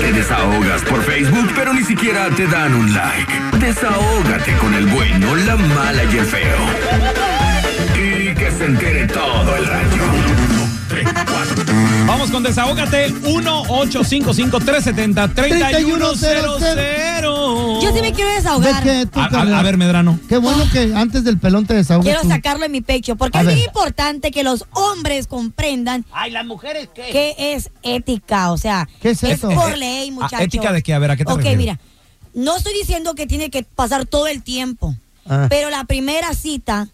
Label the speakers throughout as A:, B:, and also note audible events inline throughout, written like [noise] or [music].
A: Te desahogas por Facebook, pero ni siquiera te dan un like. Desahógate con el bueno, la mala y el feo. Y que se entere todo el rancho. Uno, tres, cuatro.
B: Vamos con Desahógate 1-855-370-3100.
C: Yo sí me quiero
D: Ve
C: desahogar.
D: que tú,
B: A, a-
D: carnal.
B: a ver, Medrano.
D: Qué bueno que antes del pelón te desahogas.
C: Quiero
D: tú.
C: sacarlo en mi pecho, porque
D: A
C: es
D: ver.
C: bien importante que los hombres comprendan
E: Ay, las mujeres qué.
C: qué es ética, o sea,
D: ¿Qué es eso? Eh,
C: por ley, muchachos.
B: Ah, ¿ética de qué? A ver, ¿a qué te
C: Ok,
B: refieres?
C: mira, no estoy diciendo que tiene que pasar todo el tiempo,
D: Ah.
C: pero la primera cita,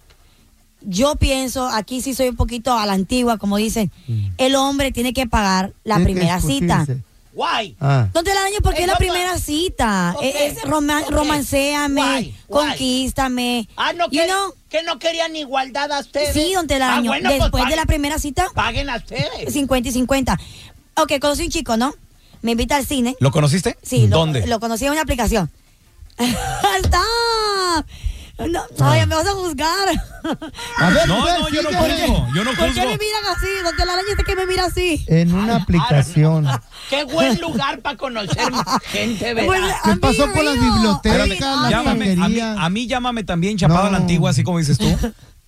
C: yo pienso, aquí sí soy un poquito a la antigua, como dicen, el hombre tiene que pagar la
D: Mm. Tiene que
C: primera cita.
D: discutirse.
E: Guay.
D: pues, Ah.
C: No te la daño
B: Eh,
C: porque
E: Ey,
C: es la
E: vamos.
C: primera cita.
E: Ok,
C: Es, es roma-
E: ok.
C: romancéame,
E: Guay, guay.
C: conquístame.
E: Ah, no,
C: You
E: que,
C: know?
E: que no querían igualdad a ustedes.
C: Sí, don
E: Ah,
C: Telaraño.
E: bueno, pues
C: Después de
E: paguen-
C: la primera cita,
E: Paguen a ustedes.
C: 50 y 50. Ok, conocí un chico, ¿no? Me invita al cine.
B: ¿Lo conociste?
C: Sí, lo-
B: ¿Dónde?
C: Lo, conocí en una aplicación. [laughs] ¡Stop! No,
D: Ah.
C: oye, me vas a juzgar.
D: A ver,
B: No,
D: pues,
B: no, yo no
D: síguele.
B: juzgo. Yo no
C: [laughs] ¿Por qué
B: juzgo.
C: me miran así? Don Telaraño, ¿usted que me mira así?
D: En una aplicación.
E: Qué buen lugar
C: [laughs]
E: para conocer gente, ¿verdad?
C: Pues,
D: ¿Qué
C: I'm
D: pasó
C: being
D: por las
C: real.
D: bibliotecas, las
C: I'm being
B: Llámame,
C: honest.
B: a, mí,
D: Taquería.
B: a mí llámame también chapado a la
D: No.
B: antigua, así como dices
C: [laughs]
B: tú.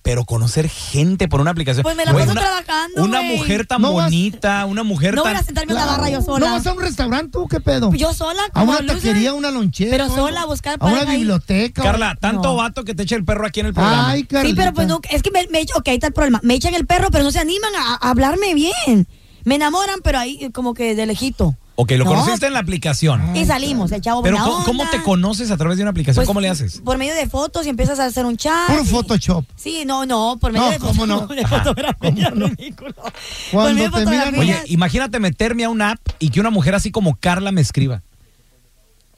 B: Pero conocer gente por una aplicación.
C: Pues me la
B: Güey,
C: paso
B: una,
C: trabajando,
B: Una
C: güey.
B: mujer tan
D: No vas-
B: bonita, una mujer
C: No voy
B: tan.
C: a sentarme en la barra yo
D: ¿No
C: sola.
D: vas a un restaurante tú? ¿Qué pedo?
C: Yo sola,
D: A
C: como
D: una
C: loser.
D: taquería, a una lonchera.
C: Pero
D: o algo.
C: sola, a buscar
D: A una
C: pan ahí.
D: biblioteca.
B: Carla, tanto
C: No.
B: vato que te eche el perro aquí en el programa.
D: Ay, Carla.
C: Sí, pero pues no, es que me, me echa- ok, ahí está el problema. Me echan el perro, pero no se animan a, a hablarme bien. Me enamoran, pero ahí eh, como que de lejito.
B: ok, lo
C: No,
B: conociste en la aplicación.
C: Y salimos, el chavo
B: Pero
C: Ah. buena
B: ¿cómo, cómo
C: onda.
B: te conoces a través de una aplicación?
C: Pues,
B: ¿Cómo le haces?
C: Por medio de fotos y empiezas a hacer un chat.
D: Puro
C: y-
D: Photoshop.
C: Sí, no, no, por medio
D: No,
C: de,
D: ¿cómo no?
C: [laughs] de fotografía,
D: ¿Cómo no?
C: ridículo.
D: Cuando
C: por medio de
D: te miran-
B: Oye,
C: fotografías.
B: imagínate meterme a una app y que una mujer así como Carla me escriba.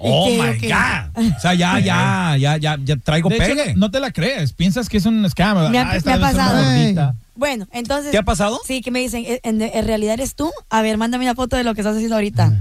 B: Oh
C: qué,
B: my
C: o qué?
B: God. O sea,
F: [laughs]
B: ya, ya, ya, ya, ya traigo
F: De hecho,
B: pegue.
F: no te la crees, piensas que es un Ah, escándalo.
C: Me ha- me ha pasado.
D: Ey.
C: Bueno, entonces.
B: ¿Te ha pasado?
C: Sí, que me dicen, "Eh, ¿en, en realidad eres tú? A ver, mándame una foto de lo que estás haciendo ahorita.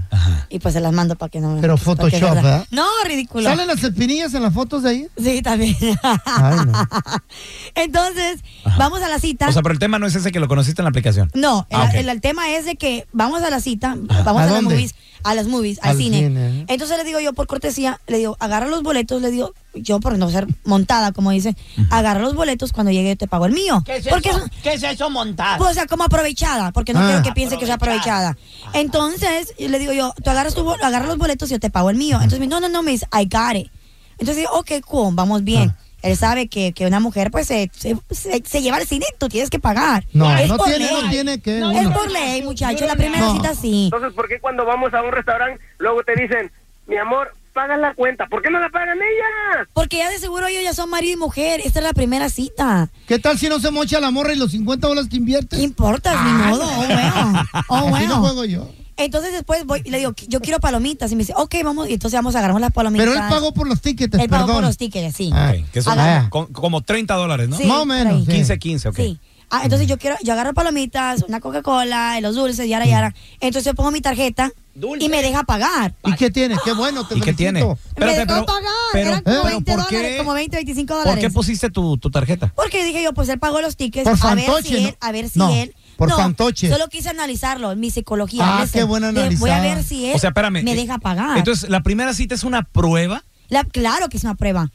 C: Y pues se las mando para que no me.
D: Pero
C: para que
D: Photoshop,
C: verdad.
D: ¿verdad?
C: No, ridículo.
D: ¿Salen las espinillas en las fotos de ahí?
C: Sí, también.
D: Ay, no.
C: [laughs] Entonces, vamos a la cita.
B: O sea, pero el tema no es ese que lo conociste en la aplicación.
C: no,
B: Ah,
C: el,
B: ok.
C: el- el tema es de que vamos a la cita, vamos
D: ¿A
C: a, las
D: dónde?
C: movies, a las movies, al,
D: Al
C: cine.
D: cine.
C: Entonces le digo yo por cortesía, le digo, agarra los boletos, le digo, yo por no ser montada, como dicen, agarra los boletos cuando llegue yo te pago el mío.
E: ¿Qué es
C: porque
E: eso?
C: es-
E: ¿Qué es eso montar?
C: pues, o sea, como aprovechada, porque no
D: Ah.
C: quiero que piense que sea aprovechada. Entonces, y le digo yo, tú agarras, tu, bol- agarras los boletos y yo te pago el mío. Entonces, me dice, no, no, no, me dice, I got it. Entonces, ok, cool, vamos bien.
D: Ah.
C: Él sabe que, que una mujer, pues, se, se, se- se lleva al cine y tú tienes que pagar.
D: No,
C: Es
D: no
C: por
D: tiene- no
C: ley.
D: tiene que
C: No,
D: uno.
C: es por ley, muchachos. La primera
D: No.
C: cita sí.
G: Entonces, ¿por qué cuando vamos a un restaurante luego te dicen, mi amor, paga la cuenta? ¿Por qué no la pagan ellas?
C: Porque ya de seguro ellos ya son marido y mujer. Esta es la primera cita.
D: ¿Qué tal si no se mocha la morra y los 50 dólares que
C: ¿Qué
D: inviertes?
C: importa? Ni modo. Oh, bueno.
D: [laughs]
C: Oh,
D: Así
C: bueno.
D: Ah. no juego yo.
C: Entonces después voy y le digo, yo quiero palomitas. Y me dice, ok, vamos. Y entonces vamos, agarramos las palomitas.
D: Pero él pagó por los tickets,
C: Él pagó
D: perdón.
C: por los tickets, sí.
D: Ah,
B: Ok, que son
D: Agarra.
B: co- como 30 dólares, ¿no?
C: Sí,
D: Más o menos,
C: por ahí.
D: sí.
B: 15, 15, ok.
C: Sí. Ah,
D: Mm.
C: entonces yo quiero, yo agarro palomitas, una Coca-Cola, los dulces, yara,
D: Mm.
C: yara. Entonces yo pongo mi tarjeta
E: Dulce.
C: y me deja pagar.
D: ¿Y qué tiene? Qué bueno, te
B: ¿Y qué
D: felicito.
B: tiene?
C: me
B: Espérate,
C: dejó pagar, eran como
B: pero
C: 20
B: ¿por qué-
C: dólares, como 20, 25
B: ¿Por qué
C: dólares.
B: pusiste tu, tu tarjeta?
C: Porque dije yo, pues él pagó los tickets,
D: Por
C: a ver si
D: fantoche,
C: él,
D: ¿no?
C: a ver si
D: No,
C: él.
D: por fantoche.
C: Solo quise analizarlo, mi psicología.
D: Ah,
C: listen.
D: qué buena
C: De- Voy a
D: analizada.
C: ver si él
B: O sea, espérame.
C: me
B: eh,
C: deja pagar.
B: Entonces, la primera cita es una prueba.
C: La- claro que es una prueba.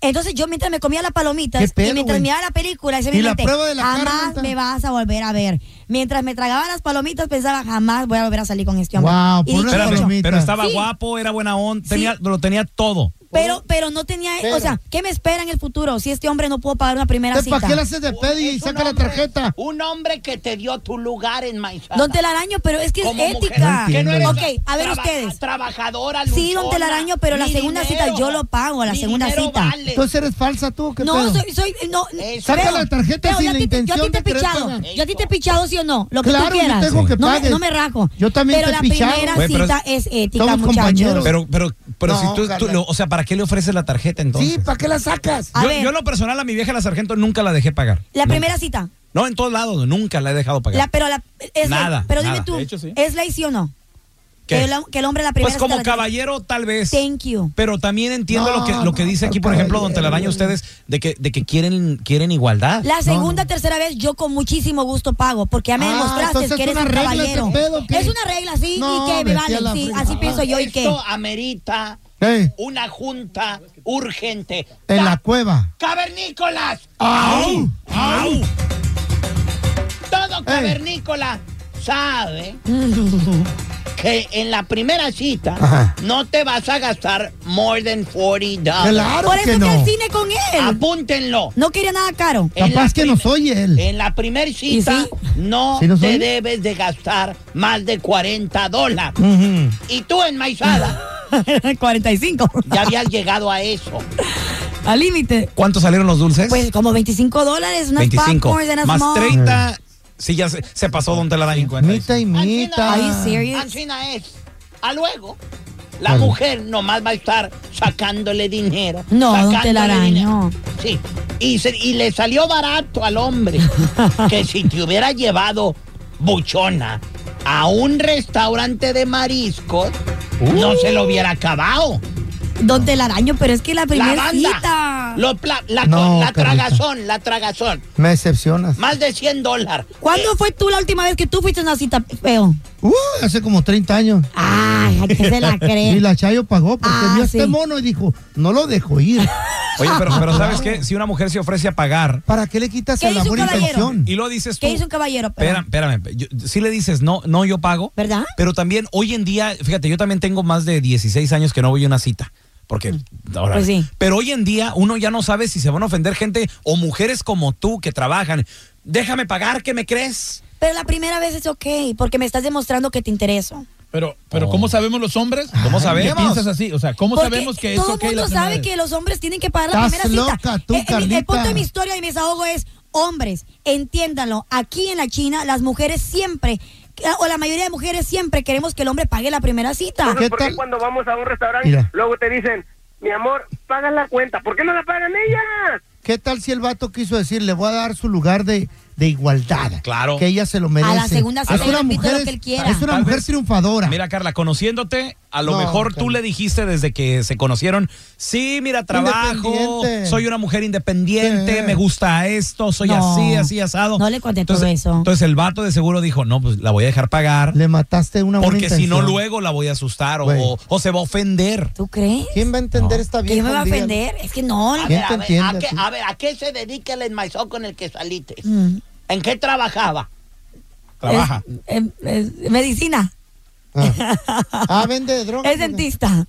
C: Entonces yo mientras me comía las
D: ¿Qué
C: palomitas
D: pedo,
C: y mientras
D: güey?
C: miraba la película, se me
D: ¿Y la
C: mente,
D: prueba de la
C: jamás
D: carne, neta?
C: me vas a volver a ver. Mientras me tragaba las palomitas pensaba, jamás voy a volver a salir con este hombre.
D: Guau,
C: y
D: por una
C: dicho y hecho.
B: Espérame,
D: palomita.
B: pero estaba
C: Sí.
B: guapo, era buena onda,
C: Sí.
B: tenía, lo tenía todo.
C: Pero, pero no tenía,
D: Pero.
C: o sea, ¿qué me espera en el futuro si este hombre no pudo pagar una primera
D: ¿Para
C: cita?
D: qué le haces de pedo y
E: Es un
D: saca la
E: hombre-
D: tarjeta?
E: Un hombre que te dio tu lugar en Maizada.
C: Don Telaraño, pero es que es
E: Como mujer,
C: ética.
E: que no eres
C: ok, a ver
E: traba-
C: ustedes.
E: Trabajadora,
C: Sí, don
E: luchona,
C: Telaraño, pero la
E: mi
C: segunda cita yo lo pago, la
E: mi
C: segunda
E: dinero
C: cita.
E: vale.
D: Entonces eres falsa tú, ¿qué
C: No,
D: pedo?
C: soy, soy, no.
E: Eh,
C: pero-
D: saca la tarjeta
C: pero
D: sin
C: yo
D: la
C: a ti te- Yo
D: intención
C: a ti te he
D: de querer
C: pichado.
D: pagar.
C: Yo a ti te he pichado, sí o no. Lo que
D: Claro,
C: tú
D: yo
C: quieras.
D: tengo que
C: no, me,
D: pagues.
C: no me rajo.
D: Yo también te
C: Pero
D: he
C: la
D: pichado.
C: primera
B: Güey, pero
C: cita es ética,
D: somos
C: muchachos.
D: compañeros.
B: Pero, pero, pero
D: No,
B: si tú, tú
D: Carla.
B: lo- o sea, ¿para qué le ofreces la tarjeta entonces?
D: Sí, ¿para qué la sacas?
C: A
B: yo,
C: ver.
B: yo en lo personal a mi vieja la sargento nunca la dejé pagar.
C: La
B: Nunca.
C: primera cita.
B: No, en todos lados, nunca la he dejado pagar.
C: La, pero la, es ley.
B: Nada,
C: pero dime
B: nada.
C: tú,
F: De hecho, sí.
C: ¿es ley sí o no?
B: ¿Qué?
C: Que, el, que el hombre la primera
B: pues como
C: cita la-
B: caballero tal vez.
C: Thank you.
B: Pero también entiendo
D: No,
B: lo que lo que
D: no,
B: dice aquí, por ejemplo, don Telaraño, ustedes de que de que quieren quieren igualdad.
C: La segunda, tercera vez yo con muchísimo gusto pago, porque ya me
D: Ah,
C: demostraste
D: entonces
C: que
D: es
C: eres un
D: una regla ese
C: caballero.
D: pedo, ¿qué?
C: es una regla, sí,
D: No,
C: y que me
D: metí a
C: vale,
D: la
C: sí,
D: fregada.
C: así pienso yo y que. [laughs]
E: Esto amerita
D: Ey,
E: una junta urgente.
D: en
E: Ca-
D: la cueva.
E: ¡Cavernícolas!
D: ¡Au! ¡Au!
E: Todo cavernícola sabe que en la primera cita
D: Ajá.
E: no te vas a gastar more than 40 dólares.
D: Claro
C: Por eso
D: que
C: fui
D: no. Ah,
C: al cine con él.
E: Apúntenlo.
C: No quería nada caro.
E: En la
D: Capaz que nos
E: primer-
D: oye él.
E: En la primera cita
C: sí?
E: no
D: ¿Sí nos
E: te
D: oye?
E: debes de gastar más de 40 dólares.
D: Ujú.
E: Y tú en Maizada
C: 45.
E: ya habías llegado a eso.
C: Al límite.
B: ¿Cuánto salieron los dulces?
C: Pues como 25 dólares, unas
B: 25
C: popcorns, unas
B: más
C: mom.
B: 30. Sí, ya se, se pasó don Telaraño.
D: Mita y mita.
C: Are you serious?
E: Ancina es. A luego. La
D: Vale.
E: mujer nomás va a estar sacándole dinero.
C: No, don
E: sacándole
C: Telaraño.
E: dinero. Sí. Y, se- y le salió barato
C: [laughs]
E: al hombre que si te hubiera llevado buchona a un restaurante de mariscos,
C: Uh.
E: no se lo hubiera acabado.
C: Don Telaraño, pero es que la
E: La
C: primera
E: banda.
C: cita.
E: Lo pla- la,
D: No,
E: la
D: Carlita.
E: tragazón, la tragazón.
D: Me decepcionas.
E: Más de 100 dólares.
C: ¿Cuándo fue tú la última vez que tú fuiste a una cita feo?
D: Uh, hace como 30 años.
C: Ay, ¿a qué se la
D: Y
C: cree?
D: la Chayo pagó porque
C: Ah,
D: vio a
C: sí.
D: este mono y dijo, no lo dejo ir.
B: Oye, pero,
C: [laughs]
B: pero ¿sabes qué? Si una mujer se ofrece a pagar
D: ¿Para qué le quitas
C: ¿Qué
D: el
C: hizo un
D: amor y
C: caballero?
D: intención?
B: y lo dices tú.
C: ¿Qué hizo un caballero?
B: Espera,
C: Perdón.
B: espérame. yo- si le dices, no, no, yo pago.
C: ¿Verdad?
B: Pero también hoy en día, fíjate, yo también tengo más de 16 años que no voy a una cita. Porque ahora.
C: Pues sí.
B: Pero hoy en día uno ya no sabe si se van a ofender gente o mujeres como tú que trabajan. Déjame pagar, ¿qué me crees?
C: Pero la primera vez es ok, porque me estás demostrando que te intereso.
F: Pero, pero
B: Oh.
F: ¿cómo sabemos los hombres?
B: ¿Cómo
F: que
B: sabemos?
F: piensas así? O sea, ¿cómo
C: Porque
F: sabemos que es
C: todo
F: ok
C: el mundo
F: la primera
C: sabe
F: vez?
C: que los hombres tienen que pagar la
D: Estás
C: primera
D: loca,
C: cita.
D: tú,
C: Eh, eh, mi- el,
D: Carlita.
C: punto de mi historia y mi desahogo es, hombres, entiéndanlo, aquí en la China las mujeres siempre, eh, o la mayoría de mujeres siempre queremos que el hombre pague la primera cita.
D: ¿Qué
G: Entonces, ¿por qué
D: tal?
G: cuando vamos a un restaurante,
D: Mira.
G: luego te dicen, mi amor, paga la cuenta? ¿Por qué no la pagan ellas?
D: ¿Qué tal si el vato quiso decir, le voy a dar su lugar de, de igualdad?
B: Claro.
D: Que ella se lo merece.
C: A la segunda
D: Es
C: cita
D: una
C: le invito
D: mujer-
C: lo que él quiera.
D: Es una
B: Tal
D: mujer
B: vez-
D: triunfadora.
B: Mira, Carla, conociéndote, a lo
D: Ah. No,
B: mejor tú
D: Carla.
B: le dijiste desde que se conocieron, sí, mira, trabajo,
D: Independiente.
B: soy una mujer independiente,
D: Sí.
B: me gusta esto, soy
C: No,
B: así, así asado.
C: no le conté todo
B: entonces,
C: eso.
B: Entonces el vato de seguro dijo, no, pues la voy a dejar pagar,
D: Le mataste una buena
B: porque si no
D: intención.
B: luego la voy a asustar o,
D: Güey.
B: o- o se va a ofender.
C: ¿Tú crees?
D: ¿Quién va a entender esta vieja?
C: ¿Que me va a
D: un día?
C: ofender? Es que no.
E: A
D: ¿Quién
E: ver,
D: te
E: a ver, ¿a
D: entiende
E: qué,
D: tú?
E: a ver, ¿a qué se dedica el enmaizado con el que saliste?
C: Mm.
E: ¿En qué trabajaba?
B: Trabaja.
C: Es- em, es- es medicina.
D: Ah. Ah, vende droga.
C: Es dentista.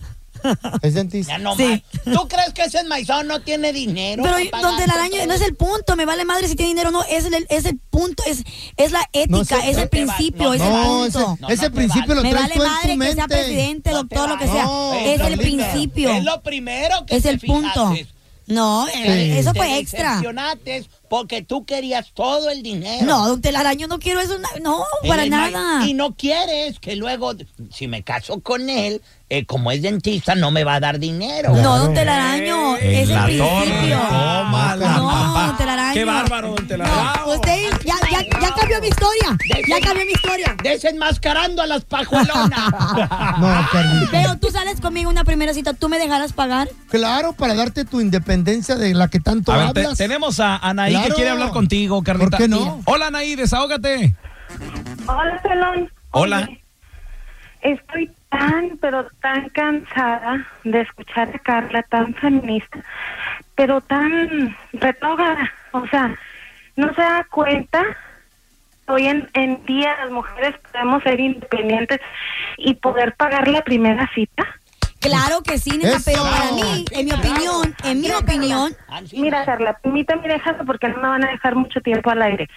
D: Es dentista.
E: Ya no
C: Sí.
E: más. ¿Tú crees que ese enmaizado no tiene dinero?
C: Pero
E: para
C: donde el
E: pagar
C: araño
E: todo?
C: no es el punto, me vale madre si tiene dinero o no, es el, es el punto, es, es la ética,
D: sé,
C: es
E: no
C: el
E: te va-
C: principio,
E: no,
C: Pues es
D: No,
C: el
D: ese,
C: punto.
E: no,
D: ese
E: no te
D: principio
E: vale.
D: lo
C: me
D: traes
C: vale
D: tú en
C: madre
D: tu
C: que
D: mente.
C: sea presidente,
E: No te
C: doctor, lo que
E: va-
C: sea.
D: No,
C: es el
D: Carlita.
C: principio,
E: Es lo primero que
C: es
E: te
C: el punto.
E: fijaste.
C: No, eh, eso
E: Te
C: fue extra.
E: decepcionaste porque tú querías todo el dinero.
C: No, don Telaraño, no quiero eso, na- no,
E: En
C: para
E: el
C: nada.
E: ma- Y no quieres que luego, si me caso con él, eh, como es dentista, no me va a dar dinero.
C: No, don Telaraño,
B: En
C: es el
B: la
C: principio.
B: torre, toma la
C: no,
B: papá.
C: don Telaraño.
B: Qué bárbaro, don Telaraño.
C: No, usted ya, ya, ya cambió mi historia, ya cambió mi historia.
E: Desenmascarando a
C: [laughs]
E: las pajuelonas.
D: No, Carlita.
C: Ah, Pero tú sales conmigo una primera cita, ¿tú me dejarás pagar?
D: Claro, para darte tu independencia de la que tanto
B: A ver, te-
D: hablas.
B: tenemos a Anaí que
D: Claro.
B: quiere hablar contigo, Carlita.
D: ¿Por qué no?
B: Hola, Anaí, desahógate.
H: Hola, Pelón.
B: Hola.
H: Oye, Estoy tan, pero tan cansada de escuchar a Carla tan feminista, pero tan retrógrada. O sea, no se da cuenta. Hoy en, en día las mujeres podemos ser independientes y poder pagar la primera cita.
C: Claro que sí, nena,
D: Eso.
C: pero para mí, en mi opinión, en mi opinión,
H: Mira, Carla, permítame dejarlo porque no me van a dejar mucho tiempo al aire.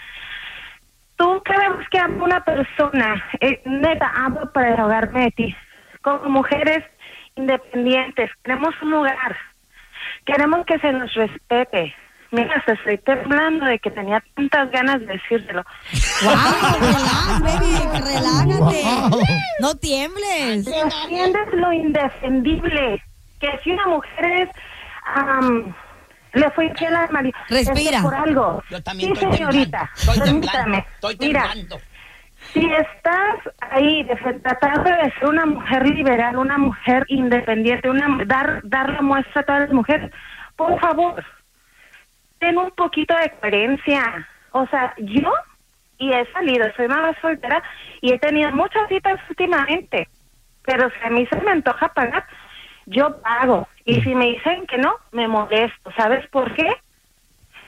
H: Tú cada vez que amo a una persona, eh, neta, hablo para desahogarme de ti. Como mujeres independientes, queremos un lugar. Queremos que se nos respete. Mira, hasta estoy temblando de que tenía tantas ganas de decírtelo.
C: wow, relax, baby, relájate. No tiembles.
H: ¿Entiendes lo indefendible? Que si una mujer es... am, le fue fiel al marido.
C: Respira.
H: es por algo.
E: Yo también
H: sí,
E: estoy
H: señorita.
E: temblando. Estoy temblando.
H: Permítame.
E: Estoy
H: Mira,
E: temblando.
H: si estás ahí de, tratando de ser una mujer liberal, una mujer independiente, una dar dar la muestra a todas las mujeres, por favor, ten un poquito de coherencia. O sea, yo y he salido, soy mamá soltera y he tenido muchas citas últimamente, pero si a mí se me antoja pagar, yo pago. Y si me dicen que no, me molesto. ¿Sabes por qué?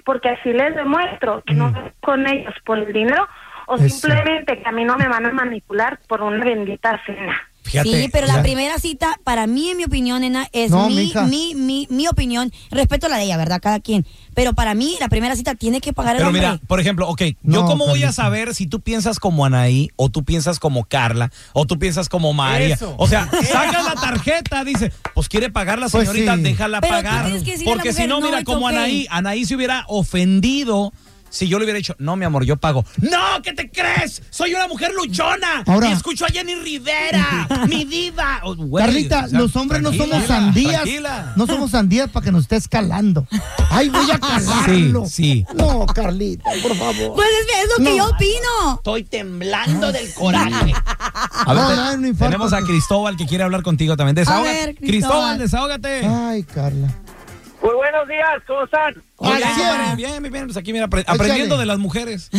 H: Porque así les demuestro que no estoy con ellos por el dinero o
D: Eso.
H: simplemente que a mí no me van a manipular por una bendita cena.
B: Fíjate.
C: sí, pero la
D: ya.
C: primera cita, para mí, en mi opinión, nena, es
D: No,
C: mi,
D: mija.
C: mi, mi, mi opinión. Respeto la de ella, ¿verdad? Cada quien. Pero para mí, la primera cita tiene que pagar el
B: Pero
C: hombre.
B: mira, por ejemplo, ok, yo
D: No,
B: cómo voy a
D: Carlita.
B: saber si tú piensas como Anaí, o tú piensas como Carla, o tú piensas como María.
F: Eso.
B: O
C: [laughs]
B: sea, sacas la tarjeta, dice, pues quiere pagar la
D: Pues
B: señorita,
D: sí.
B: déjala
C: Pero tú
B: pagar.
C: tienes que decirle a la
B: Porque si
C: mujer,
B: no,
C: "No,
B: mira,
C: it's
B: como
C: okay".
B: Anaí, Anaí se hubiera ofendido. Si yo le hubiera dicho, no, mi amor, yo pago. ¡No! ¿Qué te crees? Soy una mujer luchona.
D: Ahora-
B: y escucho a Jenny Rivera, mi diva. Oh, güey,
D: Carlita,
B: o sea,
D: los hombres no
B: tranquila,
D: somos sandías.
B: tranquila.
D: No somos sandías para que nos estés calando. Ay,
C: [laughs]
D: voy a calarlo.
B: Sí, sí.
D: No, Carlita, por favor.
C: Pues es, es lo que
D: No.
C: yo opino.
E: Estoy temblando del coraje.
B: A ver,
D: No,
B: te-
D: no, no importa.
B: tenemos a Cristóbal que quiere hablar contigo también. Desahógate.
C: ver,
B: Cristóbal.
C: Cristóbal.
B: desahógate.
D: Ay, Carla.
G: Muy buenos días, ¿cómo están?
B: Muy bien,
D: Así es.
B: compadre, bien, bien, bien. Pues aquí, mira, apre- aprendiendo de las mujeres.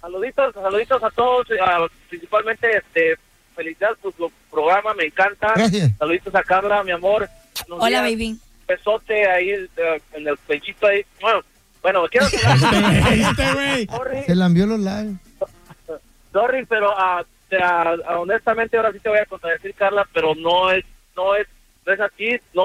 G: Saluditos, saluditos a todos, eh, a- principalmente este felicidades por su programa, me encanta.
D: Gracias.
G: Saluditos a Carla, mi amor. Buenos
C: Hola,
G: días.
C: baby.
G: Besote ahí eh, en el pechito ahí. Bueno, bueno,
D: [laughs]
G: quiero Sorry,
D: Se la envió los labios.
G: sorry, pero ah, te- ah, ah, honestamente ahora sí te voy a contradecir, Carla, pero no es, no es, no es así, no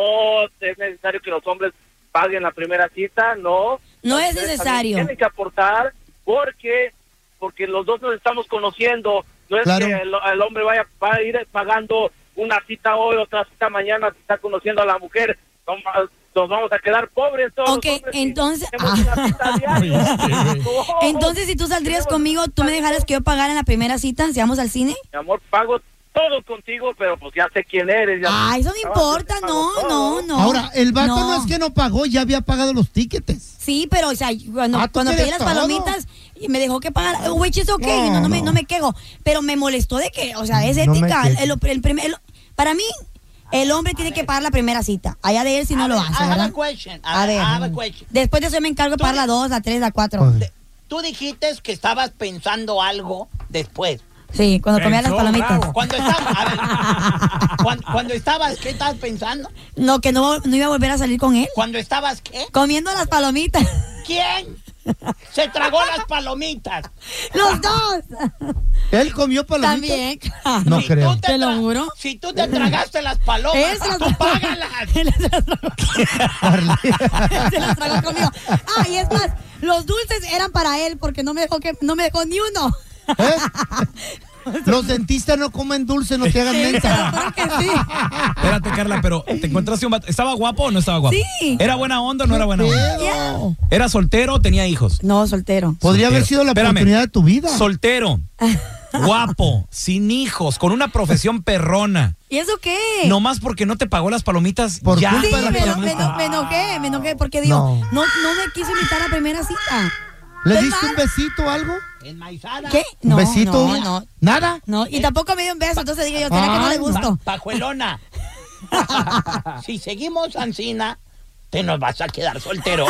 G: es necesario que los hombres paguen la primera cita, no.
C: No
G: Las
C: es
G: mujeres
C: necesario.
G: también Tienen que aportar porque, porque los dos nos estamos conociendo, no es
D: Claro.
G: que el, el hombre vaya va a ir pagando una cita hoy, otra cita mañana, si está conociendo a la mujer, no ma- nos vamos a quedar pobres todos. los
C: Ok,
G: hombres si
C: entonces- ah.
G: tenemos una cita diaria. No.
C: Entonces, si tú saldrías conmigo, ¿tú me dejaras que yo pagara en la primera cita si vamos al cine?
G: mi amor, pago todo contigo, pero pues ya sé quién eres. ya-
C: Ay, eso no
G: Ah,
C: importa,
G: yo te pago
C: no,
G: todo.
C: no, no.
D: Ahora, el vato no. es que no pagó, ya había pagado los tiquetes.
C: Sí, pero, o sea, cuando,
D: Ah, ¿tú
C: cuando pedí
D: quieres
C: las
D: todo?
C: palomitas y me dejó que pagar, uh, which is okay, no,
D: No,
C: no, Me,
D: no.
C: no me quejo, pero me molestó de que, o sea, es
D: No me
C: ética.
D: quejo.
C: el, el primer- el- para mí, el hombre tiene que pagar la primera cita, allá de él si [laughs] no lo
E: I
C: hace,
E: have
C: ¿verdad?
E: a question. I
C: A ver,
E: have a question.
C: después de eso yo me encargo de pagar la dos, la tres, la cuatro.
D: Ay.
E: Tú dijiste que estabas pensando algo después.
C: Sí, cuando comía las
F: Pensó,
C: palomitas.
F: bravo.
E: Cuando estabas, a ver, cuan- cuando, estabas, ¿qué estabas pensando?
C: No, que no, no iba a volver a salir con él.
E: Cuando estabas, ¿qué?
C: Comiendo las palomitas. [laughs]
E: ¿Quién? Se tragó las palomitas.
C: Los dos.
D: Él comió palomitas.
C: También. claro.
D: No creo.
C: Te lo
E: tra-
C: juro.
E: Si tú te tragaste las palomas,
C: Él se las
E: tú
C: tragó. [laughs]
E: págalas.
C: Él se las tragó. se las tragó conmigo. Ah, y es más, los dulces eran para él porque no me dejó que no me dejó ni uno.
D: ¿Eh? Los dentistas no comen dulce, no te hagan
C: Sí, te lo
D: menta.
C: juro que sí.
B: Espérate, Carla, pero ¿te encontraste un vato? ¿Estaba guapo o no estaba guapo?
C: Sí.
B: ¿Era buena onda o no era buena onda?
C: Yeah.
B: ¿Era soltero o tenía hijos?
C: No, soltero.
D: Podría haber
B: Soltero.
D: sido la
B: Espérame.
D: oportunidad de tu vida.
B: Soltero,
D: [laughs]
B: guapo, sin hijos, con una profesión perrona.
C: ¿Y eso qué?
B: Nomás porque no te pagó las palomitas.
D: Por
B: ya.
C: Sí,
D: culpa de
C: me,
D: la
C: eno- me
D: palomita.
C: eno- me enojé, me enojé porque digo,
D: No.
C: no, no me quiso invitar a primera cita.
D: ¿Le
C: ¿Qué
D: diste
C: tal?
D: un besito o algo?
E: Enmaizada.
C: ¿Qué?
D: ¿Un
C: Pues No,
D: besito?
C: no, no.
D: ¿Nada?
C: No, y tampoco me dio un beso, entonces digo yo, ¿será que no le
D: Ay,
C: gusto?
E: Pa- pajuelona.
C: [laughs]
E: si seguimos ansina, te nos vas a
C: [laughs]
E: quedar soltero.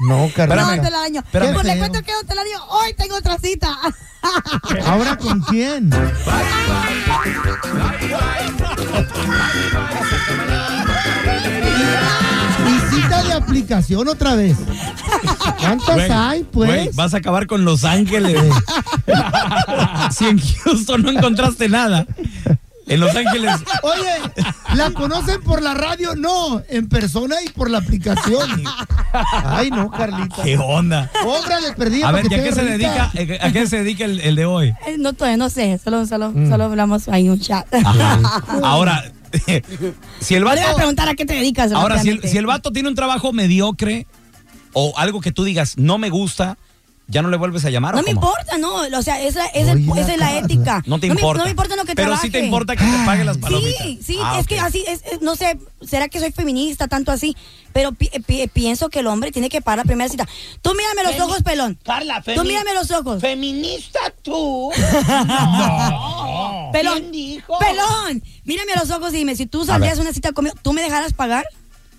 D: No, Carlita.
C: No, te la daño.
D: Espérame.
C: Por le
D: Qué feo.
C: cuento que no te la digo, hoy tengo otra cita.
D: ¿Ahora con quién? ¿Y cita de aplicación otra vez? ¿Cuántas
B: Güey,
D: hay,
B: güey,
D: pues?
B: vas a acabar con
C: [laughs]
B: Los Ángeles. si en Houston no encontraste nada. En Los Ángeles.
D: Oye, ¿la conocen por la radio? No, en persona y por la aplicación. Ay, no, Carlita.
B: ¿Qué onda?
D: Obra de perdida.
B: A
D: para
B: ver, ¿y a
D: esté
B: qué se
D: rica.
B: dedica, eh, a qué se dedica el, el de hoy?
C: Eh, No, todavía no sé, solo, solo,
B: Mm.
C: solo hablamos ahí en un chat.
B: Ahora, [laughs] si el
C: No le voy a
B: vato,
C: preguntar a qué [laughs] te dedicas.
B: ahora si el,
C: rápidamente.
B: si el vato tiene un trabajo mediocre o algo que tú digas no me gusta, ya no le vuelves a llamar.
C: No
B: ¿o
C: me
B: cómo?
C: importa, no, o sea, esa, es el-
D: Oiga,
C: esa es la
D: Carla.
C: ética.
B: [laughs] No te
C: me-
B: importa.
C: No me, importa lo que
B: Pero
C: trabaje.
B: sí te importa que te paguen las palomitas.
C: Sí, sí,
B: Ah,
C: es
B: ok. [laughs]
C: que así, es, es- no sé, será que soy feminista, tanto así, pero pi- eh, pi- pienso que el hombre tiene que pagar la primera cita. Tú mírame los
E: Femi-
C: ojos, pelón.
E: Carla,
C: Tú
E: femi-
C: mírame los ojos.
E: Feminista
C: [laughs]
E: tú. no.
C: Pelón.
E: ¿Quién dijo?
C: Pelón, mírame los ojos y dime, si tú saldrías a una cita conmigo, ¿tú me dejarás pagar?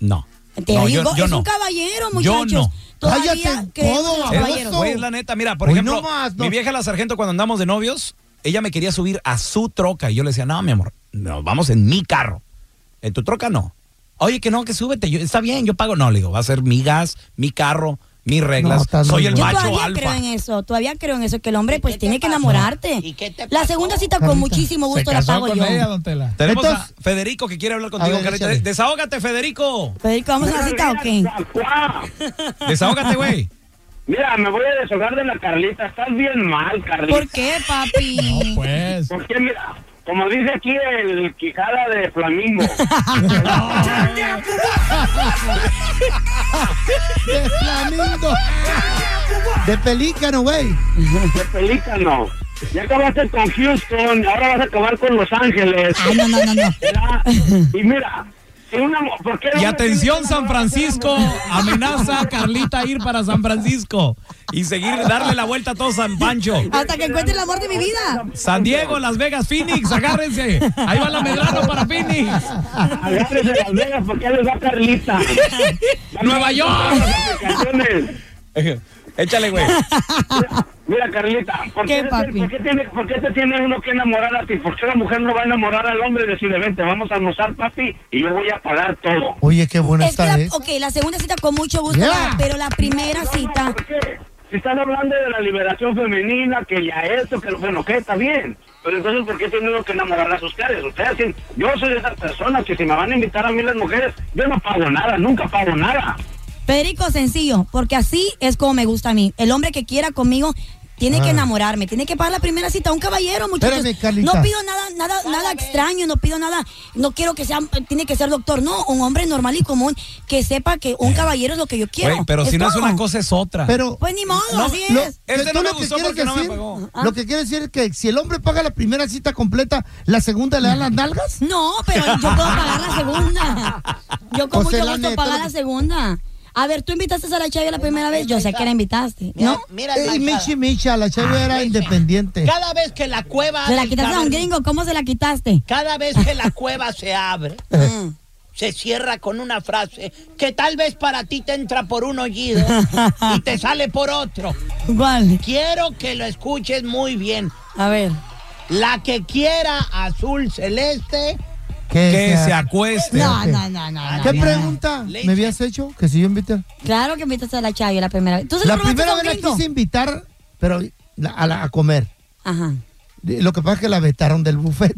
B: No.
C: Te
B: No,
C: digo,
B: yo, yo
C: es
B: no.
C: un caballero,
B: Yo
C: muchachos.
B: no.
C: Todavía
D: Cállate,
C: creemos
D: codo,
C: en los
D: baboso.
C: caballeros.
B: Güey, es la neta, mira, por
D: Hoy
B: ejemplo,
D: no más, no.
B: mi vieja la sargento cuando andamos de novios, ella me quería subir a su troca y yo le decía, no, mi amor, nos vamos en mi carro, en tu troca no. Oye, que no, que súbete, yo- está bien, yo pago. No, le digo, va a ser mi gas, mi carro, mis reglas,
D: No, estás
B: soy
D: muy
B: el
D: bueno.
C: Yo
B: macho
C: todavía creo
B: alfa.
C: en eso, todavía creo en eso, que el hombre
E: ¿Y
C: pues
E: qué
C: tiene
E: te
C: que
E: pasó?
C: enamorarte.
E: ¿Y qué te
C: La
E: pasó?
C: segunda cita con
D: Carlita,
C: muchísimo
F: Se
C: gusto la
F: casó
C: pago
F: con
C: yo.
F: ella, don Tela.
B: Tenemos
D: Entonces-
B: a Federico que quiere hablar contigo,
D: ver,
B: Carlita.
D: échale.
B: Desahógate, Federico.
C: Federico, ¿vamos a una cita o qué?
B: Desahógate,
D: [laughs]
B: güey.
G: Mira, me voy a deshogar de la Carlita. Estás bien mal, Carlita.
C: ¿Por qué, papi?
F: No, pues.
G: Porque mira, como dice aquí el Quijada de
C: [laughs]
G: Flamingo.
D: De flamingo. De pelícano, güey.
G: De pelícano. Ya acabaste con Houston, ahora vas a acabar con Los Ángeles.
C: Ay, no, no, no, no.
G: ¿verdad? Y mira, si una mu- ¿por qué el
B: Y
G: hombre
B: atención,
G: tiene que
B: San
G: enamorar a ser
B: Francisco.
G: hombre?
B: Amenaza a Carlita a ir para San Francisco y seguir, darle la vuelta a todo San Pancho.
C: Hasta que encuentre el amor de mi vida.
B: San Diego, Las Vegas, Phoenix,
C: [laughs]
B: agárrense. Ahí va la Medrano para Phoenix.
G: Agárrese Las Vegas porque ya les va
C: [laughs]
G: Carlita.
B: Nueva York.
G: Aplicaciones.
B: Échale, güey.
G: Mira, Carlita, ¿por
C: ¿Qué,
G: qué,
C: papi?
G: ¿por, qué tiene, ¿por qué te tiene uno que enamorar a ti? ¿Por qué la mujer no va a enamorar al hombre y decirle, vente, vamos a almorzar, papi, y yo voy a pagar todo?
D: Oye, qué buena
C: Es que
D: está,
C: la,
D: ¿eh?
C: ok, la segunda cita con mucho gusto,
D: Yeah.
C: pero la primera cita.
G: ¿Por qué? Si están hablando de la liberación femenina, que ya esto, que lo- bueno, que está bien. Pero entonces, ¿por qué tiene uno que enamorar a sus caras? Ustedes dicen, yo soy de esas personas que si me van a invitar a mí las mujeres, yo no pago nada, nunca pago nada.
C: Federico, sencillo, porque así es como me gusta a mí. El hombre que quiera conmigo tiene que enamorarme, tiene que pagar la primera cita. Un caballero, muchachos.
D: Ah. Espérame, Carlita.
C: No pido nada, nada, nada extraño, no pido nada. No quiero que sea, tiene que ser doctor, no. Un hombre normal y común que sepa que un caballero es lo que yo quiero.
B: Güey, pero si no es
C: todo.
B: una cosa, es otra.
D: Pero.
C: Pues ni modo,
B: No,
C: así
D: Lo-
C: es.
B: Este
D: tú
B: no me
D: lo que
B: gustó
D: quieres
B: porque no me
D: decir-
B: pagó.
D: Lo que quiere decir es que si el hombre paga la primera cita completa, ¿la segunda le dan las nalgas?
C: No, pero yo puedo pagar
D: [laughs]
C: la segunda. Yo con
D: O sea,
C: mucho
D: la
C: gusto
D: neta, lo
C: pagar la
D: que-
C: segunda. A ver, tú invitaste a la Chavi la primera vez. Yo sé que la invitaste,
E: Mira,
C: ¿no?
E: mira
D: Ey,
E: la
D: Michi, Micha, la chava
C: Ah,
D: era independiente.
E: Cada vez que la cueva.
C: Se la
E: del
C: quitaste a un
E: caverni-
C: gringo. ¿Cómo se la quitaste?
E: Cada vez
C: [laughs]
E: que la cueva se abre,
C: Mm.
E: se cierra con una frase que tal vez para ti te entra por
C: [laughs]
E: un oído y te sale por otro.
C: ¿Cuál?
E: Quiero que lo escuches muy bien.
C: A ver.
E: La que quiera azul celeste.
B: Que se acueste.
C: eh, No, no, no, no. no,
D: Ah, ¿Qué
C: no.
D: pregunta
E: Leche.
D: me habías hecho? Que si yo invité.
C: Claro que invitaste a la Chavi la primera vez. ¿Tú se la,
D: La primera vez
C: probaste
D: la
C: a un
D: quise
C: gringo?
D: invitar, pero la- a, la- a comer.
C: Ajá.
D: Lo que pasa es que la vetaron del buffet.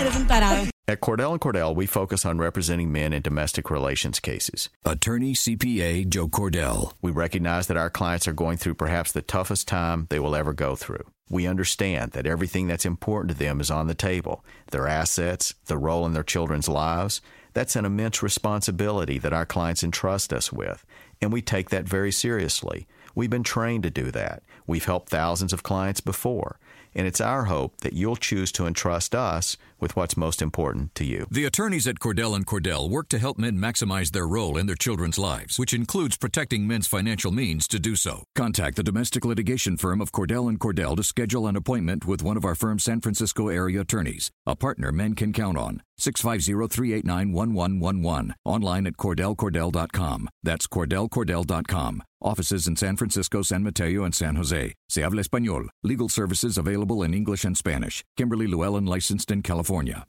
C: Eres un tarado.
I: At Cordell and Cordell, we focus on representing men in domestic relations cases.
A: Attorney CPA Joe Cordell.
I: We recognize that our clients are going through perhaps the toughest time they will ever go through. We understand that everything that's important to them is on the table their assets, their role in their children's lives. That's an immense responsibility that our clients entrust us with, and we take that very seriously. We've been trained to do that. We've helped thousands of clients before, and it's our hope that you'll choose to entrust us with what's most important to you.
A: The attorneys at Cordell and Cordell work to help men maximize their role in their children's lives, which includes protecting men's financial means to do so. Contact the domestic litigation firm of Cordell and Cordell to schedule an appointment with one of our firm's San Francisco area attorneys, a partner men can count on. 650-389-1111. Online at cordellcordell.com. That's cordellcordell.com. Offices in San Francisco, San Mateo, and San Jose. Se habla español. Legal services available in English and Spanish. Kimberly Llewellyn licensed in California.